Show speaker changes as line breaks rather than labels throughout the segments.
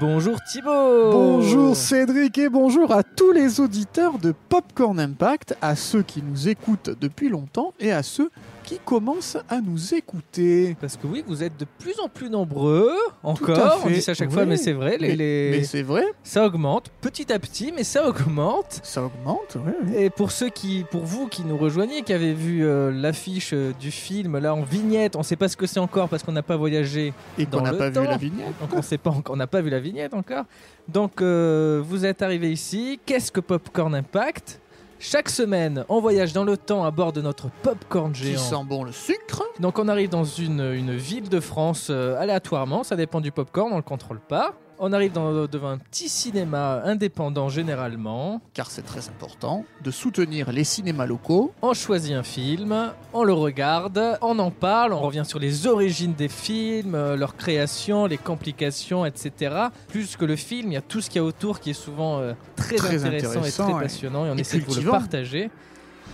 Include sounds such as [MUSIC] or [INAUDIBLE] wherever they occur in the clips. Bonjour Thibaut Oh.
Bonjour Cédric et bonjour à tous les auditeurs de Popcorn Impact, à ceux qui nous écoutent depuis longtemps et à ceux qui commencent à nous écouter.
Parce que oui, vous êtes de plus en plus nombreux,
à
encore, on
fait.
dit ça à chaque fois,
Oui.
mais c'est vrai, les,
mais
les-
mais c'est vrai,
ça augmente petit à petit, mais ça augmente.
ça augmente. oui, oui.
Et pour ceux qui, pour vous qui nous rejoignez, qui avez vu euh, l'affiche euh, du film là en vignette, on sait pas ce que c'est encore parce qu'on n'a pas voyagé,
Et qu'on
Dans
n'a
le
pas
temps.
vu la vignette.
donc on sait pas, encore- on n'a pas vu la vignette encore. Donc euh, vous êtes arrivés ici. Qu'est-ce que Popcorn Impact Chaque semaine, on voyage dans le temps à bord de notre popcorn
Qui
géant.
sent bon le sucre.
Donc on arrive dans une, une ville de France euh, aléatoirement, ça dépend du popcorn, on le contrôle pas. On arrive dans- euh, devant un petit cinéma indépendant généralement,
car c'est très important, de soutenir les cinémas locaux.
on choisit un film, on le regarde, on en parle, on revient sur les origines des films, euh, leur création, les complications, etc. Plus que le film, il y a tout ce qu'il y a autour qui est souvent euh, très,
Très
intéressant,
intéressant,
et
ouais.
très passionnant et on
Et
essaie de vous le
cultivant.
partager.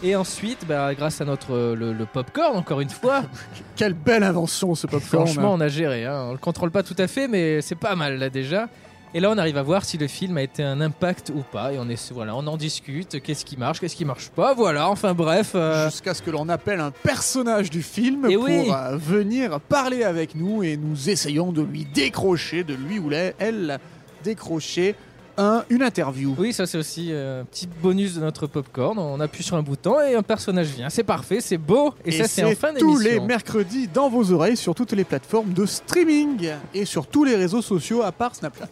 Et ensuite, bah, grâce à notre euh, le- le popcorn, encore une
[LAUGHS]
fois,
Quelle belle invention ce popcorn
Franchement, on a géré. hein. On le contrôle pas tout à fait, mais c'est pas mal là déjà. Et là, on arrive à voir si le film a été un impact ou pas. Et on est, voilà, on en discute. Qu'est-ce qui marche, qu'est-ce qui marche pas. Voilà. Enfin bref. euh,
Jusqu'à ce que l'on appelle un personnage du film
Et
pour
oui.
euh, venir parler avec nous et nous essayons de lui décrocher, de lui ou la- elle décrocher un, une interview.
Oui, ça c'est aussi euh, un petit bonus de notre popcorn. On appuie sur un bouton et un personnage vient. C'est parfait, c'est beau. Et, ça c'est en fin
tous les
d'émission.
mercredis dans vos oreilles sur toutes les plateformes de streaming et sur tous les réseaux sociaux à part Snapchat.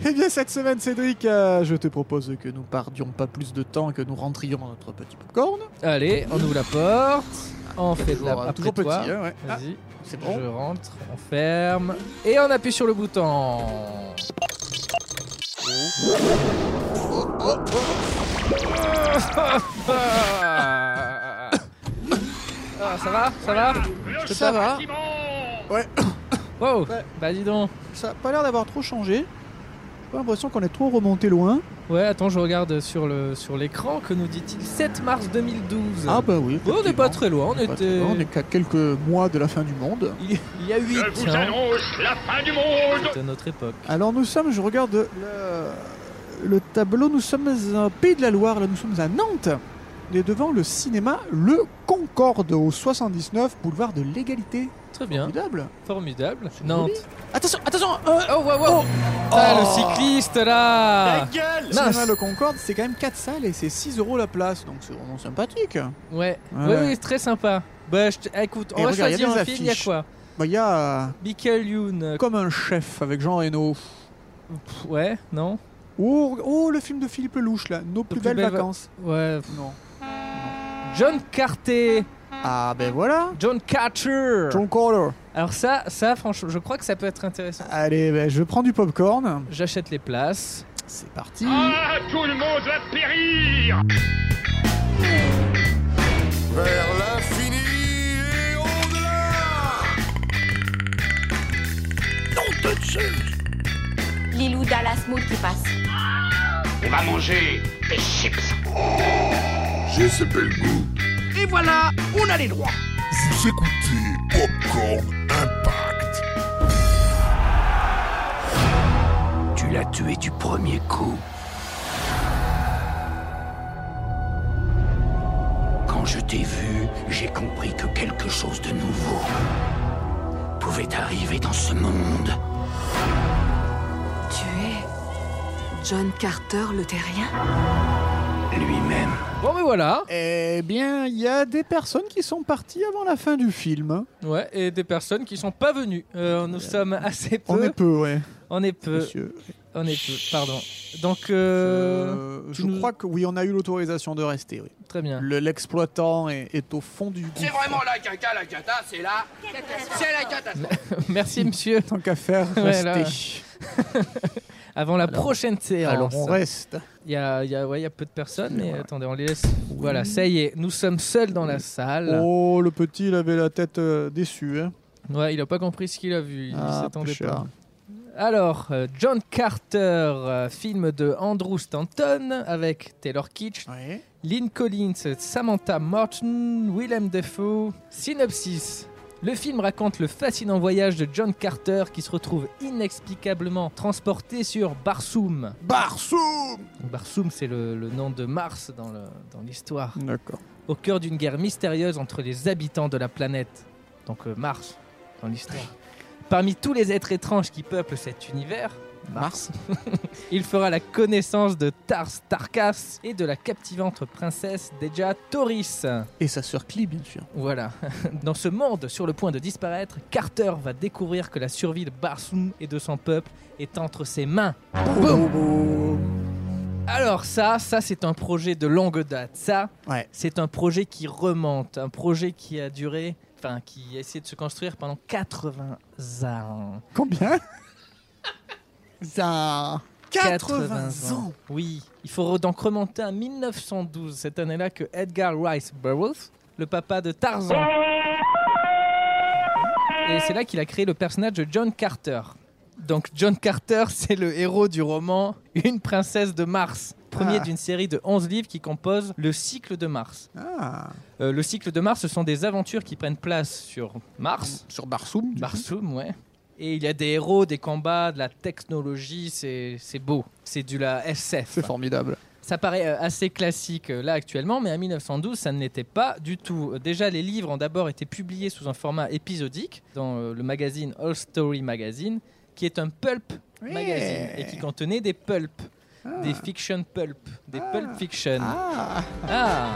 [LAUGHS] Eh bien cette semaine Cédric, euh, je te propose que nous pardions pas plus de temps que nous rentrions dans notre petit popcorn.
Allez, on ouvre la porte. On fait de
toujours,
la
euh,
après
toujours petit,
toi.
hein, ouais. Ah,
Vas-y,
c'est bon.
je rentre, on ferme et on appuie sur le bouton.
Oh,
Ah, ça va Ça va Je te
Ça
tape
va. Ouais,
Wow
Ouais.
Bah dis donc
ça a pas l'air d'avoir trop changé. J'ai pas l'impression qu'on est trop remonté loin.
Ouais, attends, je regarde sur le sur l'écran que nous dit-il 7 mars 2012.
Ah bah oui.
Ouais, Oh, on n'est pas
effectivement.
très loin, on
On est pas très
était...
loin, on est qu'à quelques mois de la fin du monde.
Il il y a 8
Je vous annonce la fin du monde
à notre époque.
Alors nous sommes, je regarde le, le tableau, nous sommes un Pays de la Loire, là nous sommes à Nantes. Et devant le cinéma Le Concorde au 79 boulevard de l'égalité.
Très bien,
Formidable.
formidable.
C'est
Nantes.
joli. Attention, attention euh,
Oh, wow, wow. Ah,
Oh.
le cycliste là
Le
Ah. Mince.
cinéma Le Concorde, c'est quand même 4 salles et c'est 6 euros la place, donc c'est vraiment sympathique. Bah,
Ouais,
Ouais.
ouais, ouais, très sympa. Bah, je te- écoute, on
Et
va
regarde, il y a
choisir
des
un film, il y a
affiches.
quoi
Il y a euh,
Michael Youn,
comme un chef avec Jean Reno.
Pff, ouais, non
Oh, oh, le film de Philippe Lelouch là, Nos plus
plus
belles
belles va-
vacances.
Ouais.
Non.
John Carter
Ah ben voilà.
John Carter
John Carter.
Alors ça, ça, franchement, je crois que ça peut être intéressant.
Allez, ben, je prends du popcorn.
J'achète les places.
C'est parti.
Ah, tout le monde va périr
Vers l'infini et au-delà
Lilou Dallas Mood qui passe.
On va manger des chips
J'ai ce bel goût. Et voilà, on a les droits. Vous écoutez Popcorn Impact.
Tu l'as tué du premier coup. Quand je t'ai vu, j'ai compris que quelque chose de nouveau pouvait arriver dans ce monde.
Tu es John Carter le terrien
Lui-même.
Bon, mais voilà.
Eh bien, il y a des personnes qui sont parties avant la fin du film.
Ouais, et des personnes qui sont pas venues. Euh, nous sommes assez peu.
On est peu, ouais.
On est peu.
Monsieur.
On est peu. Pardon. Donc, euh,
Euh,
tu
je
nous- Ah.
crois que oui, on a eu l'autorisation de rester. Oui.
très bien. [LAUGHS]
Le- L'exploitant est, est au fond du. gouffre.
la cata, la cata, c'est là. C'est la cata.
Merci, monsieur.
Tant qu'à faire,
Ouais,
rester.
là. Avant la prochaine séance.
Alors on reste.
Il y a, il y a- ouais, il y a peu de personnes, mais attendez, on les laisse. Voilà, ça y est, nous sommes seuls dans la salle.
Oh, le petit, il avait la tête euh, déçue. Hein.
Ouais, il a pas compris ce qu'il a vu. Il
Ah,
s'attendait
peu cher.
pas. Alors, euh, John Carter, euh, film de Andrew Stanton avec Taylor Kitsch,
Ouais.
Lynn Collins, Samantha Morton, Willem Dafoe. Synopsis Le film raconte le fascinant voyage de John Carter qui se retrouve inexplicablement transporté sur Barsoom.
Barsoum
Barsoom, c'est le, le nom de Mars dans le- dans l'histoire.
D'accord.
au cœur d'une guerre mystérieuse entre les habitants de la planète, donc euh, Mars dans l'histoire. Parmi tous les êtres étranges qui peuplent cet univers,
Mars.
il fera la connaissance de Tars Tarkas et de la captivante princesse Deja Tauris.
Et sa sœur Clee, bien sûr.
Voilà. [LAUGHS] Dans ce monde sur le point de disparaître, Carter va découvrir que la survie de Barsoom et de son peuple est entre ses mains.
Boum, boum.
Alors ça, ça c'est un projet de longue date. Ça,
Ouais.
c'est un projet qui remonte, un projet qui a duré, enfin qui a essayé de se construire pendant 80 ans.
Combien [LAUGHS] Ça. 80, ans.
Oui, il faut re- donc remonter à 1912, cette année-là que Edgar Rice Burroughs, le papa de Tarzan, et c'est là qu'il a créé le personnage de John Carter. Donc John Carter, [LAUGHS] c'est le héros du roman Une princesse de Mars, premier
Ah.
d'une série de 11 livres qui composent le cycle de Mars.
Ah.
Euh, le cycle de Mars, ce sont des aventures qui prennent place sur Mars,
Sur Barsoum. du coup.
Barsoum, ouais. Et il y a des héros, des combats, de la technologie, c'est c'est beau. C'est du la SF.
C'est formidable.
Ça paraît euh, assez classique euh, là actuellement, mais en 1912, ça ne l'était pas du tout. Euh, Déjà, les livres ont d'abord été publiés sous un format épisodique dans euh, le magazine All Story Magazine, qui est un pulp magazine et qui contenait des pulps, des fiction pulp, des pulp fiction.
Ah.
Ah.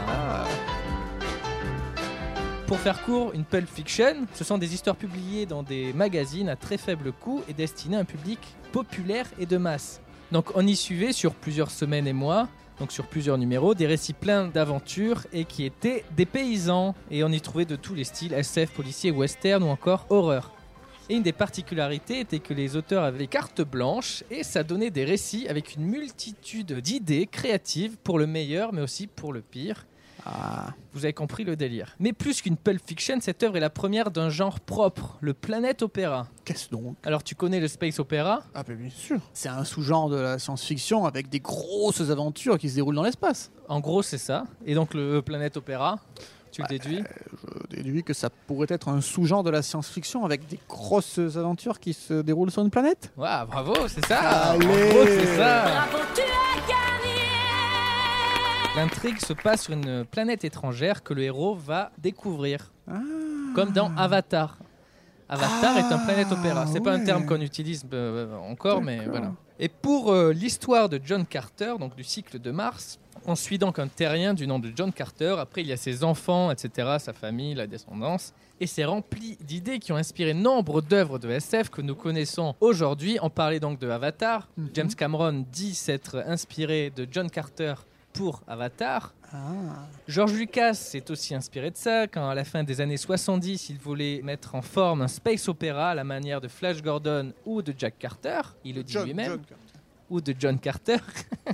Pour faire court, une pulp fiction, ce sont des histoires publiées dans des magazines à très faible coût et destinées à un public populaire et de masse. Donc on y suivait sur plusieurs semaines et mois, donc sur plusieurs numéros, des récits pleins d'aventures et qui étaient des paysans. Et on y trouvait de tous les styles, SF, policier, western ou encore horreur. Et une des particularités était que les auteurs avaient carte blanche et ça donnait des récits avec une multitude d'idées créatives pour le meilleur mais aussi pour le pire.
Ah.
Vous avez compris le délire. Mais plus qu'une pulp fiction, cette œuvre est la première d'un genre propre, le planète opéra.
Qu'est-ce donc
Alors tu connais le space opéra
Ah, bah, bien sûr. C'est un sous-genre de la science-fiction avec des grosses aventures qui se déroulent dans l'espace.
En gros, c'est ça. Et donc le planète opéra, tu le déduis
Je déduis Euh, que ça pourrait être un sous-genre de la science-fiction avec des grosses aventures qui se déroulent sur une planète.
Waouh, bravo, c'est ça
Allez
En gros, c'est ça
Bravo, tu as gagné
L'intrigue se passe sur une planète étrangère que le héros va découvrir.
Ah.
comme dans Avatar. Avatar
Ah,
est un planète opéra. C'est pas un
ouais.
terme qu'on utilise euh, encore, mais
D'accord.
voilà. Et pour euh, l'histoire de John Carter, donc du cycle de Mars, on suit donc un terrien du nom de John Carter. Après, il y a ses enfants, etc., sa famille, la descendance. Et c'est rempli d'idées qui ont inspiré nombre d'œuvres de SF que nous connaissons aujourd'hui. On parlait donc de Avatar.
Mhm.
James Cameron dit s'être inspiré de John Carter pour Avatar.
Ah.
George Lucas s'est aussi inspiré de ça quand, à la fin des années 70, il voulait mettre en forme un space opéra à la manière de Flash Gordon ou de Jack Carter. Il le dit lui-même ou de John Carter. [LAUGHS]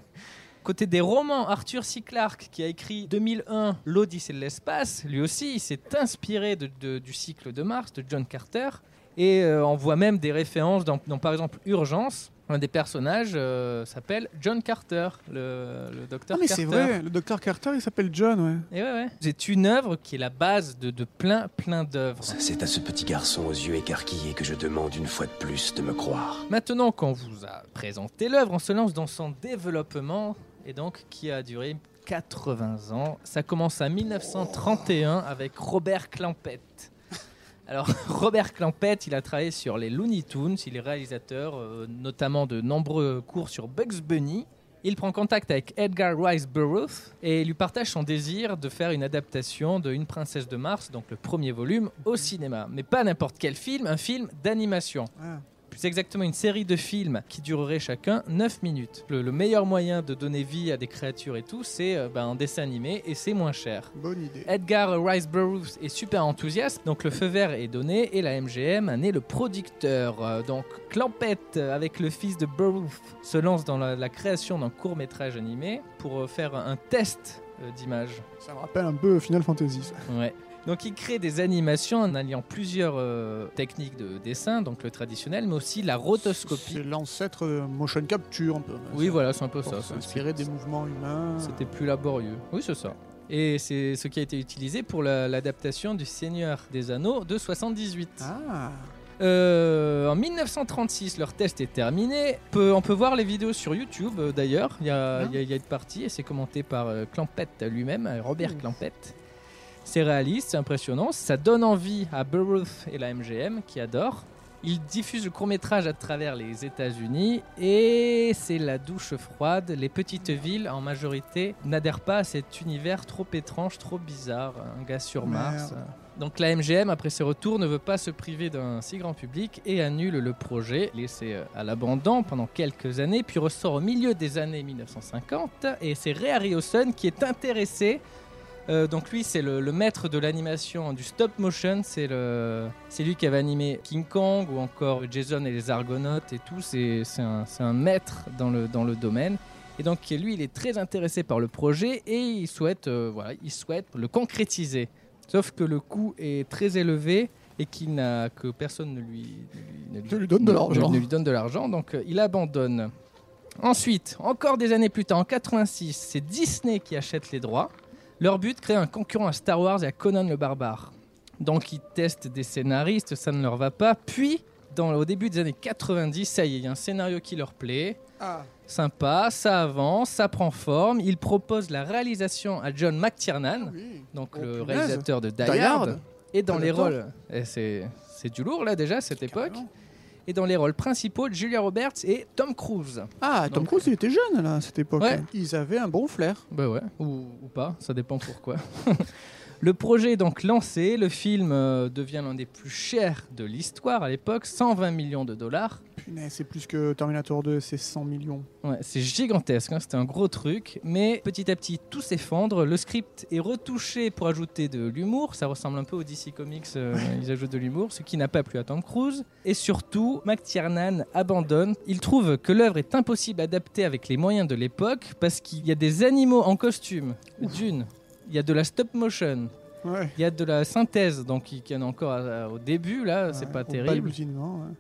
Côté des romans, Arthur C. Clarke, qui a écrit 2001 L'Odyssée de l'espace, lui aussi, il s'est inspiré de- de- du cycle de Mars, de John Carter. Et euh, on voit même des références dans, dans, par exemple, Urgence. Un des personnages euh, s'appelle John Carter, le, le docteur
Ah, mais
Carter.
c'est vrai, le docteur Carter, il s'appelle John, ouais.
Et ouais, ouais. C'est une œuvre qui est la base de, de plein, plein d'œuvres.
C'est à ce petit garçon aux yeux écarquillés que je demande une fois de plus de me croire.
Maintenant qu'on vous a présenté l'œuvre, on se lance dans son développement, et donc qui a duré 80 ans. Ça commence à 1931 avec Robert Clampett. Alors, [LAUGHS] Robert Clampett, il a travaillé sur les Looney Tunes, il est réalisateur euh, notamment de nombreux cours sur Bugs Bunny. Il prend contact avec Edgar Rice Burroughs et lui partage son désir de faire une adaptation de Une princesse de Mars, donc le premier volume, au cinéma. Mais pas n'importe quel film, un film d'animation.
Ah.
Plus exactement une série de films qui durerait chacun 9 minutes. Le, le meilleur moyen de donner vie à des créatures et tout, c'est euh, ben, un dessin animé et c'est moins cher.
Bonne idée.
Edgar Rice Burroughs est super enthousiaste, donc le feu vert est donné et la MGM en est le producteur. Euh, Donc Clampette, euh, avec le fils de Burroughs, se lance dans la, la création d'un court métrage animé pour euh, faire un test euh, d'image.
Ça me rappelle un peu Final Fantasy. ça.
Ouais. Donc il crée des animations en alliant plusieurs euh, techniques de dessin, donc le traditionnel, mais aussi la
C'est
rotoscopie.
l'ancêtre de motion capture, un peu.
Oui, voilà, c'est un peu
Pour
ça.
s'inspirer des mouvements humains.
C'était plus laborieux. Oui, c'est ça. Et c'est ce qui a été utilisé pour la- l'adaptation du Seigneur des Anneaux de 78.
Ah.
Euh, en 1936, leur test est terminé. On peut, on peut voir les vidéos sur YouTube euh, d'ailleurs. Il y, a-
Ah.
il y a- il y a une partie et c'est commenté par euh, Clampett lui-même, euh, Robert Clampett. C'est réaliste, c'est impressionnant. Ça donne envie à Burroughs et la MGM qui adorent. Ils diffusent le court-métrage à travers les États-Unis et c'est la douche froide. Les petites villes, en majorité, n'adhèrent pas à cet univers trop étrange, trop bizarre. Un gars sur Mars.
Merde.
Donc la MGM, après ses retours, ne veut pas se priver d'un si grand public et annule le projet, laissé euh, à l'abandon pendant quelques années, puis ressort au milieu des années 1950. Et c'est Ray Harryhausen qui est intéressé. Euh, donc lui, c'est le, le maître de l'animation du stop motion. C'est le, c'est lui qui avait animé King Kong ou encore Jason et les Argonautes et tout. C'est, c'est un, c'est un maître dans le, dans le domaine. Et donc lui, il est très intéressé par le projet et il souhaite, euh, voilà, il souhaite le concrétiser. Sauf que le coût est très élevé et qu'il n'a que personne ne lui, ne
Ne lui donne de
ne-
l'argent.
ne lui donne de l'argent, donc euh, il abandonne. Ensuite, encore des années plus tard, en 86, c'est Disney qui achète les droits. Leur but, créer un concurrent à Star Wars et à Conan le Barbare. Donc ils testent des scénaristes, ça ne leur va pas. Puis, dans, au début des années 90, ça y est, il y a un scénario qui leur plaît
Ah.
sympa, ça avance, ça prend forme. Il propose la réalisation à John McTiernan,
Oui.
donc
Oh,
le
punaise.
réalisateur de Die,
Die
Hard,
Hard.
et dans
Ah,
les
d'accord.
rôles, et c'est c'est du lourd là déjà à cette époque,
Carrément.
et dans les rôles principaux, Julia Roberts et Tom Cruise.
Ah, Tom
Donc-
Cruise, il était jeune là, à cette époque.
Ouais.
Ils avaient un bon flair.
Bah ouais, ou, ou pas, ça dépend pourquoi. [LAUGHS] le projet est donc lancé, le film euh, devient l'un des plus chers de l'histoire à l'époque, 120 millions de dollars.
Punaise, c'est plus que Terminator 2, c'est 100 millions.
Ouais, c'est gigantesque, hein, c'était un gros truc, mais petit à petit tout s'effondre, le script est retouché pour ajouter de l'humour, ça ressemble un peu au DC Comics, euh, ils ajoutent de l'humour, ce qui n'a pas plu à Tom Cruise, et surtout McTiernan abandonne, il trouve que l'œuvre est impossible à adapter avec les moyens de l'époque, parce qu'il y a des animaux en costume, d'une, il y a de la stop motion,
Ouais.
il y a de la synthèse, donc il y en a encore à- au début, là, c'est
Ouais,
pas
au
terrible,
balbutiement, ouais.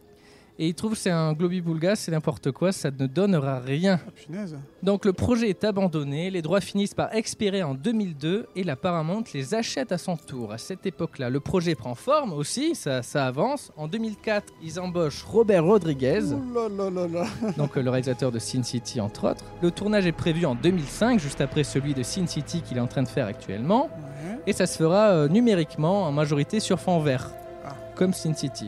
et il trouve que c'est un globi-boulga, c'est n'importe quoi, ça ne donnera rien.
Ah, punaise.
Donc le projet est abandonné, les droits finissent par expirer en 2002 et la Paramount les achète à son tour. À cette époque-là, le projet prend forme aussi, ça, ça avance. En 2004, ils embauchent Robert Rodriguez,
Ouh là là là là.
donc euh, le réalisateur de Sin City entre autres. Le tournage est prévu en 2005, juste après celui de Sin City qu'il est en train de faire actuellement,
Ouais.
et ça se fera euh, numériquement en majorité sur fond vert,
Ah.
comme Sin City.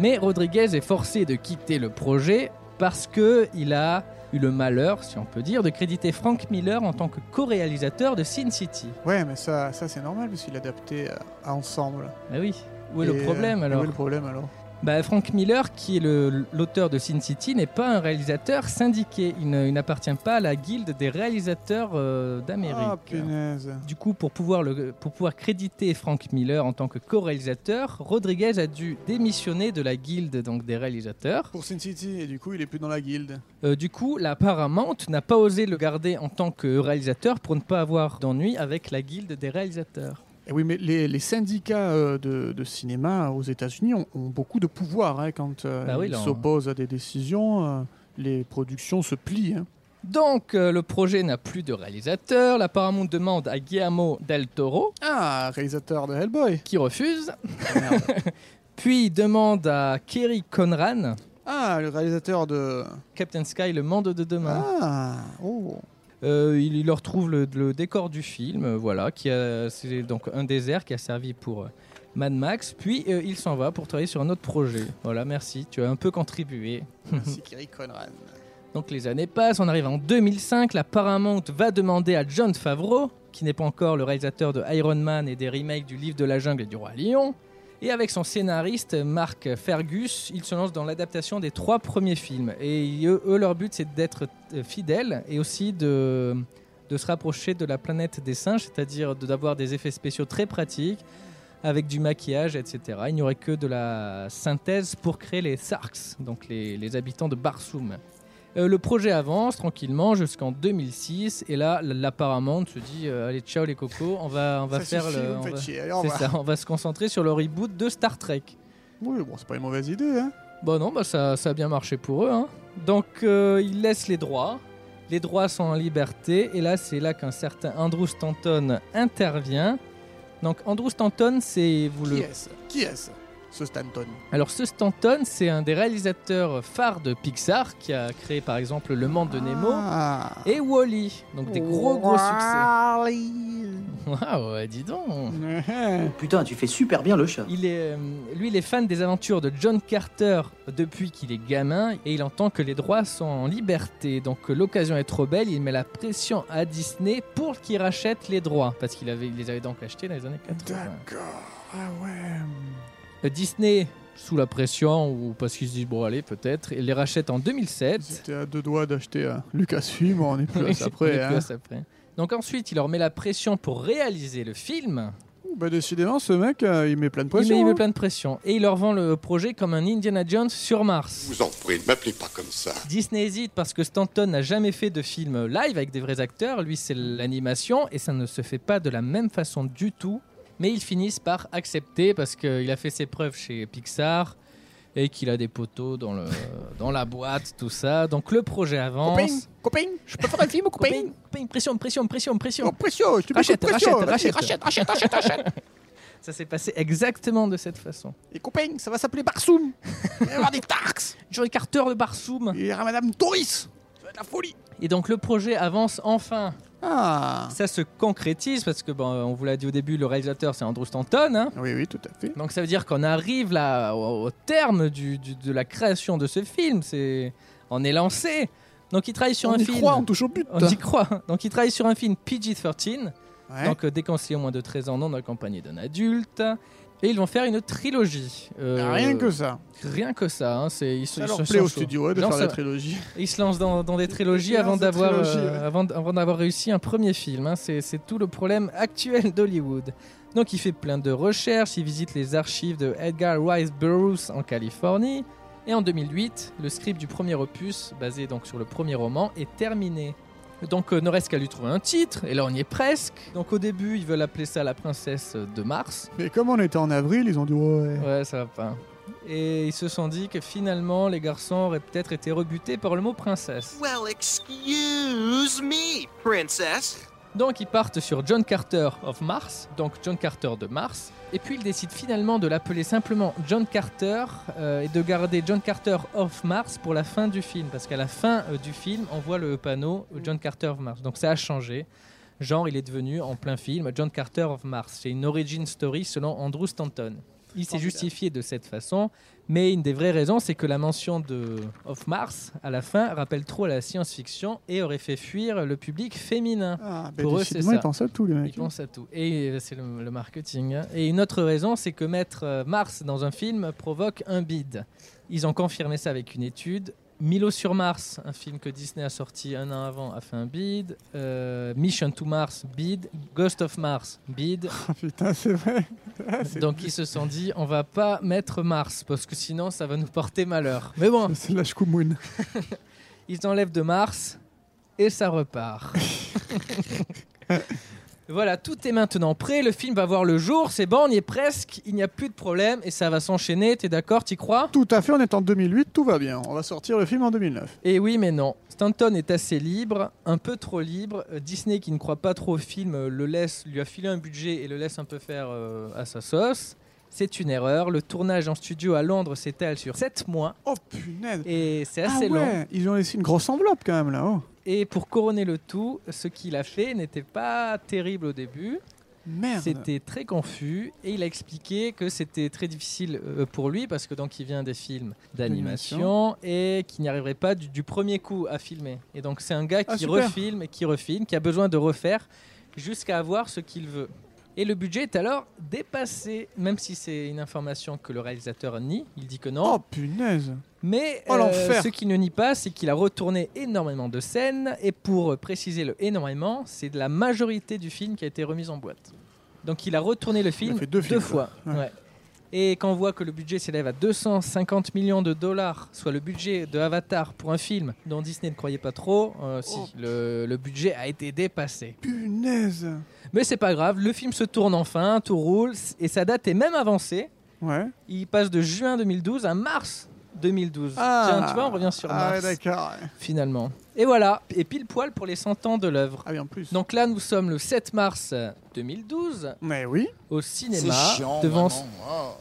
Mais Rodriguez est forcé de quitter le projet parce que il a eu le malheur, si on peut dire, de créditer Frank Miller en tant que co-réalisateur de Sin City.
Ouais, mais ça, ça c'est normal parce qu'il adapté à, à ensemble.
Ah oui. Où est
Et,
le problème
euh,
alors
Où est le problème alors
Bah, Frank Miller, qui est le- l'auteur de Sin City, n'est pas un réalisateur syndiqué. Il ne- il n'appartient pas à la guilde des réalisateurs euh, d'Amérique.
Ah, punaise.
Du coup, pour pouvoir, le- pour pouvoir créditer Frank Miller en tant que co-réalisateur, Rodriguez a dû démissionner de la guilde donc des réalisateurs.
Pour Sin City, et du coup, il est plus dans la guilde.
Euh, du coup, la Paramount n'a pas osé le garder en tant que réalisateur pour ne pas avoir d'ennui avec la guilde des réalisateurs.
Eh oui, mais les, les syndicats euh, de, de cinéma aux États-Unis ont, ont beaucoup de pouvoir hein, quand euh,
Bah oui,
ils
là, on-
s'opposent à des décisions. euh, les productions se plient. hein.
Donc, euh, le projet n'a plus de réalisateur. La Paramount demande à Guillermo del Toro,
Ah, réalisateur de Hellboy.
qui refuse.
Merde.
[LAUGHS] Puis, il demande à Kerry Conran,
ah, le réalisateur de.
Captain Sky, le monde de demain.
Ah,
[LAUGHS]
oh.
Euh, il, il leur trouve le, le décor du film, euh, voilà, qui a- c'est donc un désert qui a servi pour euh, Mad Max. Puis euh, il s'en va pour travailler sur un autre projet. Voilà, merci, tu as un peu contribué.
Merci Kerry Conran.
Donc les années passent, on arrive en 2005, la Paramount va demander à John Favreau, qui n'est pas encore le réalisateur de Iron Man et des remakes du Livre de la Jungle et du Roi Lion, et avec son scénariste Mark Fergus, ils se lancent dans l'adaptation des trois premiers films. Et eux, eux, leur but c'est d'être euh, fidèles et aussi de, de se rapprocher de la planète des singes, c'est-à-dire de- d'avoir des effets spéciaux très pratiques, avec du maquillage, etc. Il n'y aurait que de la synthèse pour créer les Sarks, donc les, les habitants de Barsoum. Euh, le projet avance tranquillement jusqu'en 2006 et là l- la Paramount se dit euh, allez ciao les cocos on va on va
Ça
faire
suffit,
le
vous me
on
faites
va-
chier. Allez, au
c'est
revoir.
ça on va se concentrer sur le reboot de Star Trek bah
Oui, bon, c'est pas une mauvaise idée. Hein.
bon non bah ça, ça a bien marché pour eux hein. donc euh, ils laissent les droits Les droits sont en liberté. Et là, c'est là qu'un certain Andrew Stanton intervient. Donc, Andrew Stanton, c'est. Vous le...
Qui est-ce Qui est-ce Ce Stanton.
Alors, ce Stanton, c'est un des réalisateurs phares de Pixar qui a créé par exemple Le Monde de Nemo
Ah.
et Wally. Donc, des gros gros succès. [LAUGHS] Waouh, dis donc
Ouais.
Putain, tu fais super bien le chat.
Il est, euh, lui, il est fan des aventures de John Carter depuis qu'il est gamin et il entend que les droits sont en liberté. Donc euh, l'occasion est trop belle, il met la pression à Disney pour qu'il rachète les droits parce qu'il avait, il les avait donc achetés dans les années 80.
[LAUGHS] D'accord. Ah ouais.
Euh, Disney, sous la pression ou parce qu'il se dit bon allez peut-être, il les rachète en 2007.
J'étais à deux doigts d'acheter un Lucasfilm, on n'est plus
[LAUGHS]
à ça
Il
près.
est
hein.
plus à ça près. Donc ensuite, il leur met la pression pour réaliser le film.
Ouh, Bah décidément, ce mec, euh, il met plein de
Il met,
poissons.
il met plein de pression et il leur vend le projet comme un Indiana Jones sur Mars.
Vous en prie, ne m'appelez pas comme ça.
Disney hésite parce que Stanton n'a jamais fait de film live avec des vrais acteurs. Lui, c'est l'animation et ça ne se fait pas de la même façon du tout. Mais ils finissent par accepter parce qu'il a fait ses preuves chez Pixar et qu'il a des poteaux dans, le, [LAUGHS] dans la boîte, tout ça. Donc le projet avance.
Copain, copain,
[LAUGHS]
je peux faire un film, copain.
Copain, copain, pression, pression, pression, pression.
Oh, précieux, je te mets
Rachète,
coup de précieux.
rachète,
Vas-y,
rachète.
rachète, rachète, rachète, rachète.
Ça s'est passé exactement de cette façon.
Et copain, ça va s'appeler Barsoum. [LAUGHS] Il va y avoir des tarx.
John Carter, le Barsoum.
Il y aura Madame Doris. Ça va être la folie.
Et donc le projet avance enfin.
Ah.
Ça se concrétise parce que, bon, on vous l'a dit au début, le réalisateur, c'est Andrew Stanton. hein.
Oui, oui, tout à fait.
Donc ça veut dire qu'on arrive là au, au terme du- du- de la création de ce film. C'est on est lancé. Donc il travaille sur
on
un
y
film.
croit, on touche au but.
on y croit. Donc il travaille sur un film PG-13,
Ouais.
donc euh, déconseillé au moins de 13 ans, non accompagné d'un adulte. Et ils vont faire une trilogie. Euh,
Rien que ça.
rien que ça. hein, c'est ils, se-
Ça
ils
leur
se
plaît
sont
au
chauds.
studio ouais, de
Non,
faire
ça-
la trilogie.
ils se lancent dans, dans des trilogies
Ils
avant
lancent des
d'avoir
trilogies,
euh,
ouais.
avant, d- avant d'avoir réussi un premier film. hein. C'est, c'est tout le problème actuel d'Hollywood. Donc il fait plein de recherches, il visite les archives de Edgar Rice Burroughs en Californie. Et en 2008, le script du premier opus, basé donc sur le premier roman, est terminé. Donc euh, ne reste qu'à lui trouver un titre, et là on y est presque. Donc au début, ils veulent appeler ça La Princesse de Mars.
Mais comme on était en avril, ils ont dit ouais.
Ouais, ça va pas. Et ils se sont dit que finalement, les garçons auraient peut-être été rebutés par le mot princesse.
Well, excuse me, princess.
Donc ils partent sur John Carter of Mars, donc John Carter de Mars, et puis ils décident finalement de l'appeler simplement John Carter euh, et de garder John Carter of Mars pour la fin du film, parce qu'à la fin euh, du film, on voit le panneau euh, John Carter of Mars, donc ça a changé. Genre, il est devenu en plein film John Carter of Mars. C'est une origin story selon Andrew Stanton. Il s'est justifié de cette façon, mais une des vraies raisons, c'est que la mention de Of Mars à la fin rappelle trop la science-fiction et aurait fait fuir le public féminin.
Ah, ben
Pour eux,
décidément,
c'est
ils
ça.
pensent à tout, les
Ils
mecs.
pensent à tout. Et euh, c'est le, le marketing. hein. Et une autre raison, c'est que mettre euh, Mars dans un film provoque un bide. Ils ont confirmé ça avec une étude. Milo sur Mars, un film que Disney a sorti un an avant, a fait un bid. Euh, Mission to Mars, bid. Ghost of Mars, [LAUGHS] bid.
[LAUGHS] Ah, putain, c'est vrai. Ah, c'est-
Donc ils se sont dit, on va pas mettre Mars parce que sinon ça va nous porter malheur. Mais bon,
C'est la chkoumoune.
ils enlèvent de Mars et ça repart. voilà, tout est maintenant prêt. Le film va voir le jour. C'est bon, on y est presque. Il n'y a plus de problème et ça va s'enchaîner. T'es d'accord T'y crois
Tout à fait, on est en 2008, tout va bien. On va sortir le film en 2009.
Et Eh oui, mais non. Stanton est assez libre, un peu trop libre. Euh, Disney, qui ne croit pas trop au film, euh, le laisse, lui a filé un budget et le laisse un peu faire euh, à sa sauce. C'est une erreur. Le tournage en studio à Londres s'étale sur 7 mois
Oh punaise.
et c'est
Ah
assez long.
ouais, ils ont laissé une grosse enveloppe quand même Oh, là-haut.
Et pour couronner le tout, ce qu'il a fait n'était pas terrible au début.
Merde.
C'était très confus et il a expliqué que c'était très difficile euh, pour lui parce que donc il vient des films d'animation et qu'il n'y arriverait pas du, du premier coup à filmer. Et donc c'est un gars
Ah,
qui
super.
refilme et qui refilme, qui a besoin de refaire jusqu'à avoir ce qu'il veut. Et le budget est alors dépassé, même si c'est une information que le réalisateur nie. Il dit que non.
Oh punaise.
Mais euh,
Oh, l'enfer.
ce qu'il ne nie pas, c'est qu'il a retourné énormément de scènes. Et pour euh, préciser le énormément, c'est de la majorité du film qui a été remise en boîte. Donc il a retourné le film
fait deux films,
fois.
quoi.
ouais. Et quand on voit que le budget s'élève à 250 millions de dollars, soit le budget de Avatar pour un film dont Disney ne croyait pas trop, euh, si,
Oh.
le- le budget a été dépassé.
Punaise.
Mais c'est pas grave, le film se tourne enfin, tout roule, et sa date est même avancée.
Ouais.
Il passe de juin 2012 à mars 2012.
Ah.
Tiens, tu vois, on revient sur
Ah ouais,
Mars,
d'accord. ouais.
finalement. Et voilà, et pile poil pour les 100 ans de l'œuvre.
Ah oui, en plus.
Donc là, nous sommes le 7 mars 2012
Mais oui.
au cinéma. devant,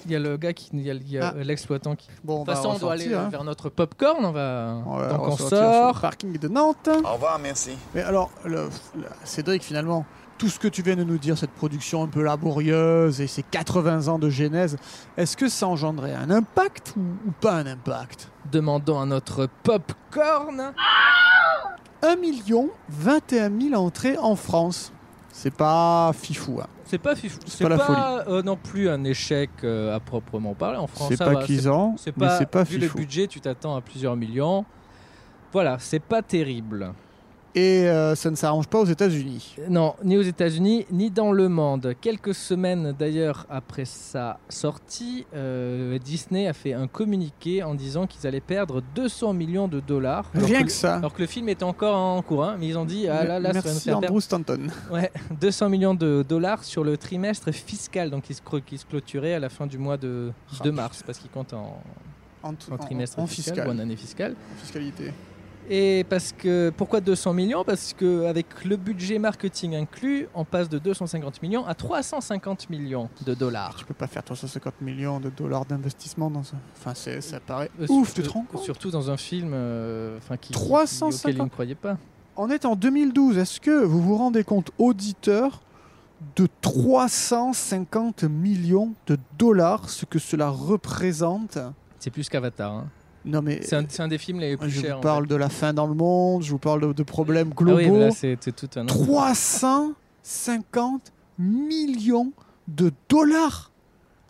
il y a le gars qui, il y a, il y a
Oh. Ah.
l'exploitant qui.
Bon,
De toute façon, on doit aller
ressortir, hein.
vers notre popcorn. On va.
On va
Donc on
ressortir sur le
sort.
parking de Nantes.
Au revoir, merci.
Mais alors, le- le- Cédric, finalement, tout ce que tu viens de nous dire, cette production un peu laborieuse et ces 80 ans de genèse, est-ce que ça engendrait un impact ou, ou pas un impact
Demandons à notre popcorn.
1 million 21 000 entrées en France. C'est pas fifou. hein.
C'est pas fifou.
C'est pas la
euh, non plus un échec euh, à proprement parler en France.
C'est
ça
pas
va,
cuisant,
c'est
mais
pas,
c'est pas
vu le
fifou.
budget, tu t'attends à plusieurs millions. Voilà, c'est pas terrible.
Et euh, ça ne s'arrange pas aux États-Unis.
Non, ni aux États-Unis, ni dans le monde. Quelques semaines d'ailleurs après sa sortie, euh, Disney a fait un communiqué en disant qu'ils allaient perdre 200 millions de dollars. Alors
Rien
le-
que ça.
Alors que le film était encore en cours, hein, mais ils ont dit ah là là, ça va nous
Merci
faire perdre
Andrew Stanton.
Ouais, 200 millions de dollars sur le trimestre fiscal, donc qui se, clo- qui se clôturait à la fin du mois de,
Ah,
de mars, parce qu'il compte en,
En,
en trimestre
en- en
fiscal,
fiscal.
ou en année fiscale.
en fiscalité.
Et parce que pourquoi 200 millions Parce que avec le budget marketing inclus, on passe de 250 millions à 350 millions de dollars.
Tu peux pas faire 350 millions de dollars d'investissement dans ça. Enfin, c'est- ça paraît
Euh,
ouf,
surtout-
tu te rends compte
Surtout dans un film, euh, enfin qui, qui-
350
auquel ils ne croyaient pas.
On est en 2012. Est-ce que vous vous rendez compte, auditeurs, de 350 millions de dollars, ce que cela représente
C'est plus qu'Avatar. hein.
Non mais
C'est un, c'est un des films les plus
je
chers.
vous
en
parle de la faim dans le monde, je vous parle de, de problèmes
fait. Ah oui,
globaux.
là, c'est c'est tout un.
350 millions de dollars.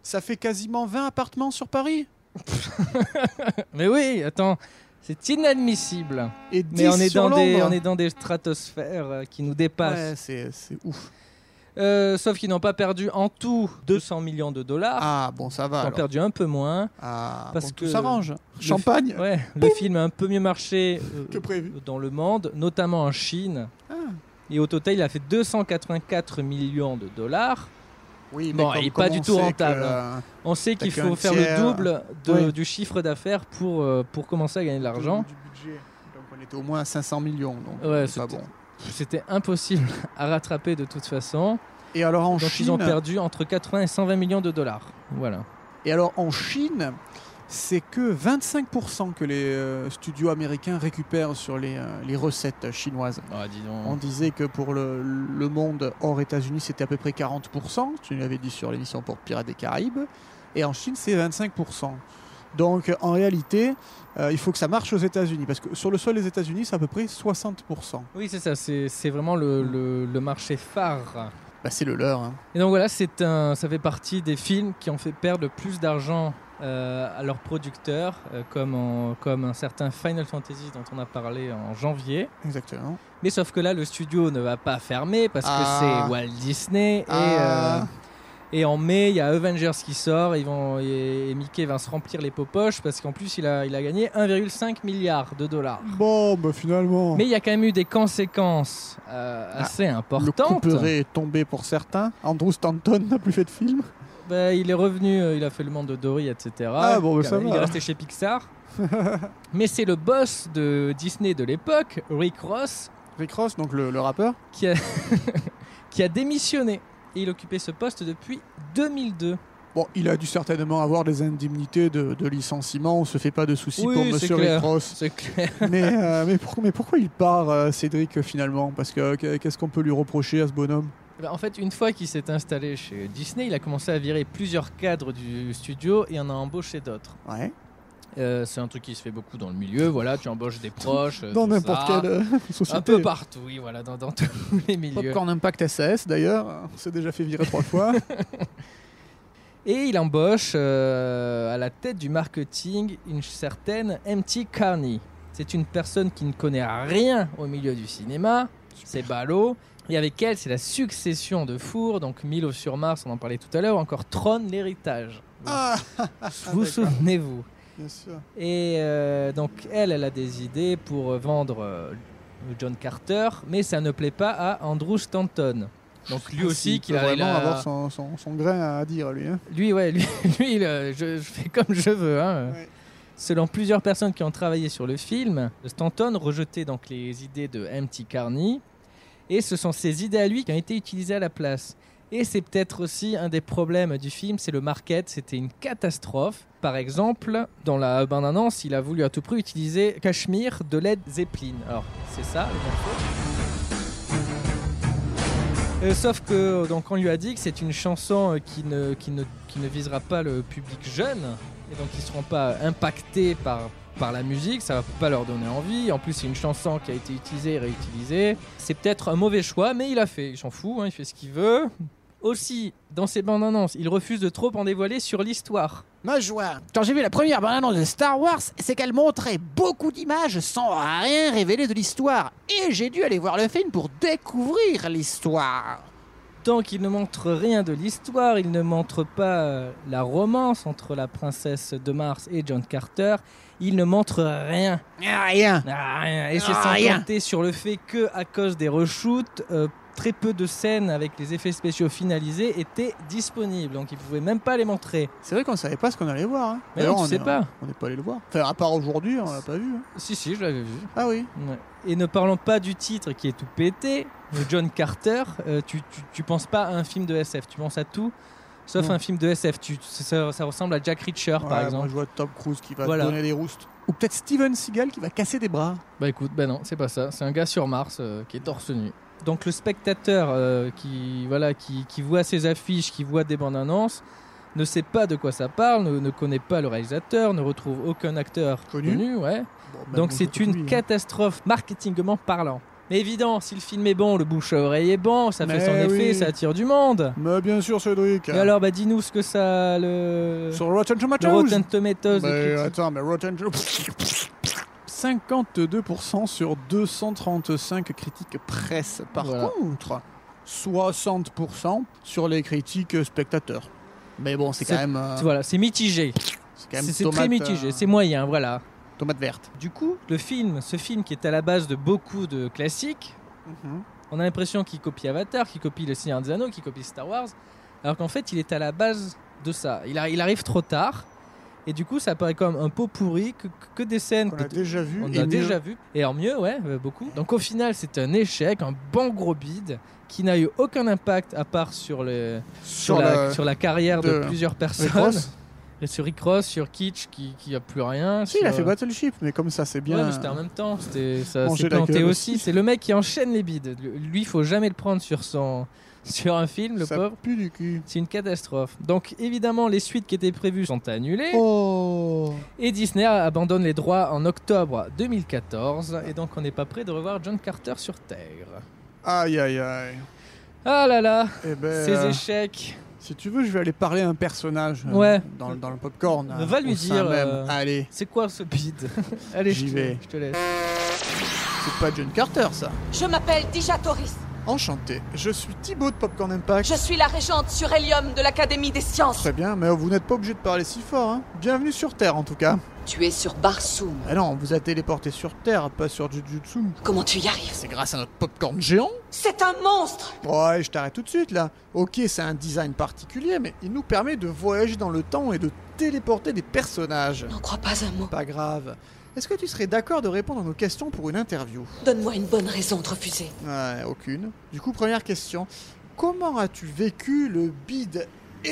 Ça fait quasiment 20 appartements sur Paris.
Mais oui, attends, c'est inadmissible.
Et 10
Mais on est,
sur
dans des,
Londres.
on est dans des stratosphères euh, qui nous
Ouais,
dépassent.
c'est c'est ouf.
Euh, sauf qu'ils n'ont pas perdu en tout 200 millions de dollars.
Ah bon, ça va.
ils ont
alors.
perdu un peu moins.
Ah,
Parce
bon,
que
tout s'arrange. Champagne.
Ouais, le film a un peu mieux marché euh,
Que prévu.
dans le monde, notamment en Chine.
Ah.
Et au total, il a fait 284 millions de dollars.
Oui,
Bon,
comme-
il est
comme
pas du
on
tout
sait
rentable,
que,
hein. On sait qu'il
T'as
faut
qu'un
faire
tiers.
le double de-
Ouais.
du chiffre d'affaires pour, euh, pour commencer à gagner de l'argent.
du budget. Donc on était au moins à 500 millions. Donc
Ouais,
c'est pas
c'était-
bon.
C'était impossible [LAUGHS] à rattraper de toute façon.
Et alors en
Donc
Chine,
ils ont perdu entre 80 et 120 millions de dollars. Voilà.
et alors en Chine, c'est que 25% que les euh, studios américains récupèrent sur les, euh, les recettes chinoises.
Ah, dis donc.
On disait que pour le, le monde hors États-Unis, c'était à peu près 40%. Tu nous l'avais dit sur l'émission pour Pirates des Caraïbes. Et en Chine, c'est 25%. Donc en réalité, euh, il faut que ça marche aux États-Unis. Parce que sur le sol des États-Unis, c'est à peu près 60%.
Oui, c'est ça, c'est c'est vraiment le, le- le marché phare.
Bah, c'est le leur. hein.
Et donc voilà, c'est un, ça fait partie des films qui ont fait perdre le plus d'argent euh, à leurs producteurs, euh, comme, en- comme un certain Final Fantasy dont on a parlé en janvier.
Exactement.
Mais sauf que là, le studio ne va pas fermer parce
Ah.
que c'est Walt Disney. Et,
Ah.
euh, et en mai, il y a Avengers qui sort. Ils vont, et, et Mickey va se remplir les popoches parce qu'en plus, il a, il a gagné 1,5 milliard de dollars.
Bon, bah finalement.
Mais il y a quand même eu des conséquences euh, assez
Ah, le
importantes.
couperet est tombé pour certains. Andrew Stanton n'a plus fait de film.
Bah, il est revenu, euh, il a fait le monde de Dory, etc.
Ah, bon, bah,
Quand
ça
même,
va.
Il est resté chez
[LAUGHS]
Pixar. Mais c'est le boss de Disney de l'époque, Rick Ross,
Rick Ross, donc le, le rappeur.
qui a, [LAUGHS] qui a démissionné. Et il occupait ce poste depuis 2002.
Bon, il a dû certainement avoir des indemnités de, de licenciement. On se fait pas de soucis
Oui,
pour
c'est
Monsieur
clair.
Rick [LAUGHS] Ross.
C'est clair.
mais, euh, mais, pour- mais pourquoi il part, euh, Cédric, finalement Parce que euh, qu'est- qu'est-ce qu'on peut lui reprocher à ce bonhomme
Bah, en fait, une fois qu'il s'est installé chez Disney, il a commencé à virer plusieurs cadres du studio et en a embauché d'autres.
Ouais.
Euh, c'est un truc qui se fait beaucoup dans le milieu. Voilà, tu embauches des proches. euh,
Dans
tout
n'importe
ça.
quelle euh, société.
Un peu partout, oui, voilà, dans, [LAUGHS] dans tous les milieux.
Popcorn Impact SAS, d'ailleurs. On s'est déjà fait virer trois fois.
Et il embauche euh, à la tête du marketing une certaine MT Carney. C'est une personne qui ne connaît rien au milieu du cinéma, c'est ballot. Et avec elle, c'est la succession de fours, donc Milo sur Mars, on en parlait tout à l'heure, ou encore Tron l'héritage.
[LAUGHS] ah,
vous
d'accord.
souvenez-vous
bien sûr.
Et euh, donc elle, elle a des idées pour euh, vendre euh, John Carter, mais ça ne plaît pas à Andrew Stanton. Donc lui
Ah,
aussi,
s'il
qu'il
peut
a, il
vraiment
a-
avoir son, son, son grain à dire, lui. hein.
[LAUGHS] lui, ouais, lui, lui, il, euh, je, je fais comme je veux. hein.
Ouais.
Selon plusieurs personnes qui ont travaillé sur le film, Stanton rejetait donc les idées de M.T. Carney et ce sont ces idées à lui qui ont été utilisées à la place. Et c'est peut-être aussi un des problèmes du film, c'est le market, c'était une catastrophe. Par exemple, dans la bande-annonce, il a voulu à tout prix utiliser Cachemire de Led Zeppelin. Alors, c'est ça les infos euh, sauf que donc on lui a dit que c'est une chanson euh, qui ne, qui, ne, qui ne visera pas le public jeune et donc ils seront pas impactés par, par la musique, ça va pas leur donner envie. En plus c'est une chanson qui a été utilisée et réutilisée. C'est peut-être un mauvais choix, mais il a fait, il s'en fout, hein, il fait ce qu'il veut. Aussi, dans ses bandes annonces, il refuse de trop en dévoiler sur l'histoire.
Me joint. Quand j'ai vu la première bande-annonce de Star Wars, c'est qu'elle montrait beaucoup d'images sans rien révéler de l'histoire. Et j'ai dû aller voir le film pour découvrir l'histoire.
Tant qu'il ne montre rien de l'histoire, il ne montre pas euh, la romance entre la princesse de Mars et John Carter, il ne montre rien.
Rien.
Ah, rien. Et c'est
Ah,
sans
rien.
compter sur le fait que, à cause des reshoots, euh, très peu de scènes avec les effets spéciaux finalisés étaient disponibles. Donc ils pouvaient même pas les montrer.
C'est vrai qu'on savait pas ce qu'on allait voir. Hein.
Mais
D'ailleurs,
non,
on
tu sais
est-
pas.
On n'est pas allé le voir. Enfin, à part aujourd'hui, on l'a pas vu. hein.
Si, si, je l'avais vu.
Ah oui.
Ouais. Et ne parlons pas du titre qui est tout pété, de John Carter. Euh, tu, tu, tu penses pas à un film de SF, tu penses à tout, sauf
Non.
un film de SF. Tu, ça, ça ressemble à Jack Reacher par
Ouais, Moi,
exemple.
je vois Tom Cruise qui va
Voilà.
donner des roustes. Ou peut-être Steven Seagal qui va casser des bras.
Bah écoute, bah non, c'est pas ça. C'est un gars sur Mars euh, qui est torse nu. Donc le spectateur euh, qui voilà qui, qui voit ces affiches, qui voit des bandes annonces, ne sait pas de quoi ça parle, ne, ne connaît pas le réalisateur, ne retrouve aucun acteur
Connu.
ouais.
Bon, même
Donc
bon,
c'est
surtout
une
lui, hein.
catastrophe marketingement parlant. Mais évident, si le film est bon, le bouche à oreille est bon, ça fait
Mais
son effet,
oui.
ça attire du monde.
Mais bien sûr, Cédric.
Et alors, bah dis-nous ce que ça le,
Sur Rotten
le
Tomatoes.
Rotten Tomatoes.
Mais
les critiques.
attends, mais Rotten Tomatoes. 52% sur 235 critiques presse. Par
Voilà.
contre, 60% sur les critiques spectateurs. Mais bon, c'est quand
C'est-
même. euh,
Voilà, c'est mitigé.
c'est quand même
C'est c'est
tomate,
très mitigé,
euh,
c'est moyen, voilà.
tomate verte.
Du coup, le film, ce film qui est à la base de beaucoup de classiques,
Mhm.
on a l'impression qu'il copie Avatar, qu'il copie Le Seigneur des Anneaux, qu'il copie Star Wars, alors qu'en fait, il est à la base de ça. Il, a- il arrive trop tard, et du coup, ça paraît comme un pot pourri, que, que des scènes
On l'a
que-
déjà vu.
on
et
a
mieux.
déjà vu, et en mieux, ouais, euh, beaucoup. Donc au final, c'est un échec, un bon gros bide, qui n'a eu aucun impact à part sur, le, sur,
sur,
la, [LAUGHS]
le-
sur la carrière de,
de-
plusieurs
Rick
personnes.
Ross.
Et [LAUGHS] sur Rick Ross, sur Kitsch, qui, qui a plus rien.
Si, il a
sur-
fait Battleship, mais comme ça, c'est bien.
Ouais, mais c'était en même temps, c'était ça
Manger
s'est
la
planté
gueule
aussi.
aussi.
C'est le mec qui enchaîne les bides. Lui, faut jamais le prendre sur son [LAUGHS] sur un film, le
ça
pauvre.
pue du cul.
C'est une catastrophe. Donc évidemment, les suites qui étaient prévues sont annulées
Oh
et Disney abandonne les droits en octobre 2014 et donc on n'est pas prêt de revoir John Carter sur Terre.
Aïe aïe aïe.
Ah là là,
Eh ben,
ces
euh,
échecs.
si tu veux, je vais aller parler à un personnage euh,
Ouais.
dans, le- dans le popcorn.
Euh, va
euh,
lui
au sein
dire,
même.
euh,
Allez,
C'est quoi ce
[LAUGHS]
bide Allez,
J'y
je te-
vais.
je te laisse.
c'est pas John Carter ça.
Je m'appelle Dija Torres.
Enchanté. Je suis Thibaut de Popcorn Impact.
Je suis la régente sur Helium de l'Académie des sciences.
Très bien, mais vous n'êtes pas obligé de parler si fort. Hein. Bienvenue sur Terre en tout cas.
Tu es sur Barsoum.
Ah non, on vous a téléporté sur Terre, pas sur Jujutsu.
Comment tu y arrives
C'est grâce à notre popcorn géant.
C'est un monstre
Ouais, je t'arrête tout de suite là. Ok, c'est un design particulier, mais il nous permet de voyager dans le temps et de téléporter des personnages.
N'en crois pas un mot.
Pas grave. Est-ce que tu serais d'accord de répondre à nos questions pour une interview
Donne-moi une bonne raison de refuser.
Ouais, aucune. Du coup, première question. Comment as-tu vécu le bide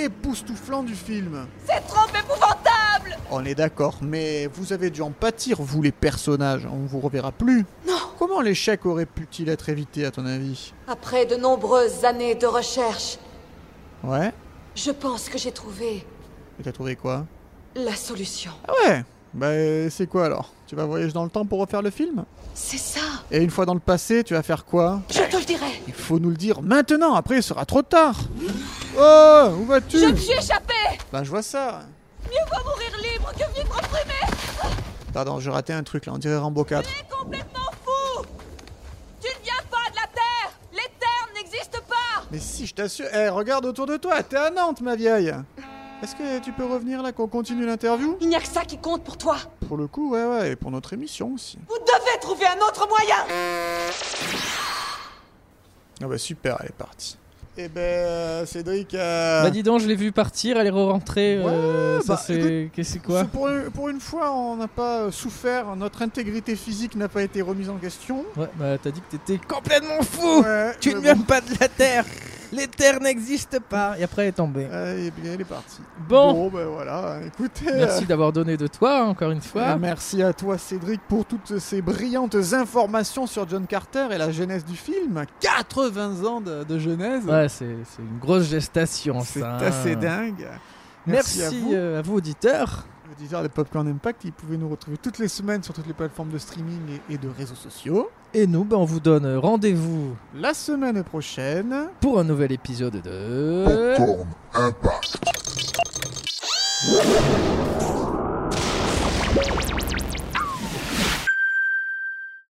époustouflant du film
C'est trop épouvantable
On est d'accord, mais vous avez dû en pâtir, vous les personnages. On vous reverra plus.
Non.
Comment l'échec aurait pu-t-il être évité, à ton avis
Après de nombreuses années de recherche,
Ouais.
je pense que j'ai trouvé
Et t'as trouvé quoi
la solution.
Ah ouais Bah, c'est quoi alors Tu vas voyager dans le temps pour refaire le film
C'est ça
Et une fois dans le passé, tu vas faire quoi
Je te le dirai
Il faut nous le dire maintenant, après il sera trop tard. Oh, où vas-tu
Je me suis échappée
Bah je vois ça.
Mieux vaut mourir libre que vivre opprimée
Pardon, j'ai raté un truc là, on dirait Rambo 4.
Complètement fou Tu ne viens pas de la Terre Les terres n'existent pas
Mais si, je t'assure. Eh, regarde autour de toi, t'es à Nantes, ma vieille. Est-ce que tu peux revenir là qu'on continue l'interview
Il n'y a que ça qui compte pour toi
Pour le coup, ouais, ouais, et pour notre émission aussi.
Vous devez trouver un autre moyen
Ah bah super, elle est partie. Eh ben, euh, Cédric. euh,
Bah dis donc, je l'ai vu partir, elle est rentrée. euh,
Ouais,
ça
bah,
c'est. Qu'est-ce que c'est quoi
c'est pour, une- pour une fois, on n'a pas euh, souffert, notre intégrité physique n'a pas été remise en question.
Ouais, bah t'as dit que t'étais complètement fou
Ouais,
Oh, Tu
mais
ne
bon.
viens pas de la Terre Les terres n'existent pas Et après, elle est tombée.
Euh, eh bien, elle est partie.
Bon,
ben voilà, écoutez.
merci d'avoir donné de toi, hein, encore une
euh,
fois.
euh, merci à toi, Cédric, pour toutes ces brillantes informations sur John Carter et la jeunesse du film. 80 ans de, de jeunesse.
Ouais, c'est c'est une grosse gestation,
C'est
ça. hein.
assez dingue.
Merci,
à vous.
euh, à vous, auditeurs.
Auditeurs de Popcorn Impact, ils pouvaient nous retrouver toutes les semaines sur toutes les plateformes de streaming et, et de réseaux sociaux.
Et nous, bah, on vous donne rendez-vous
La semaine prochaine,
pour un nouvel épisode de...
Popcorn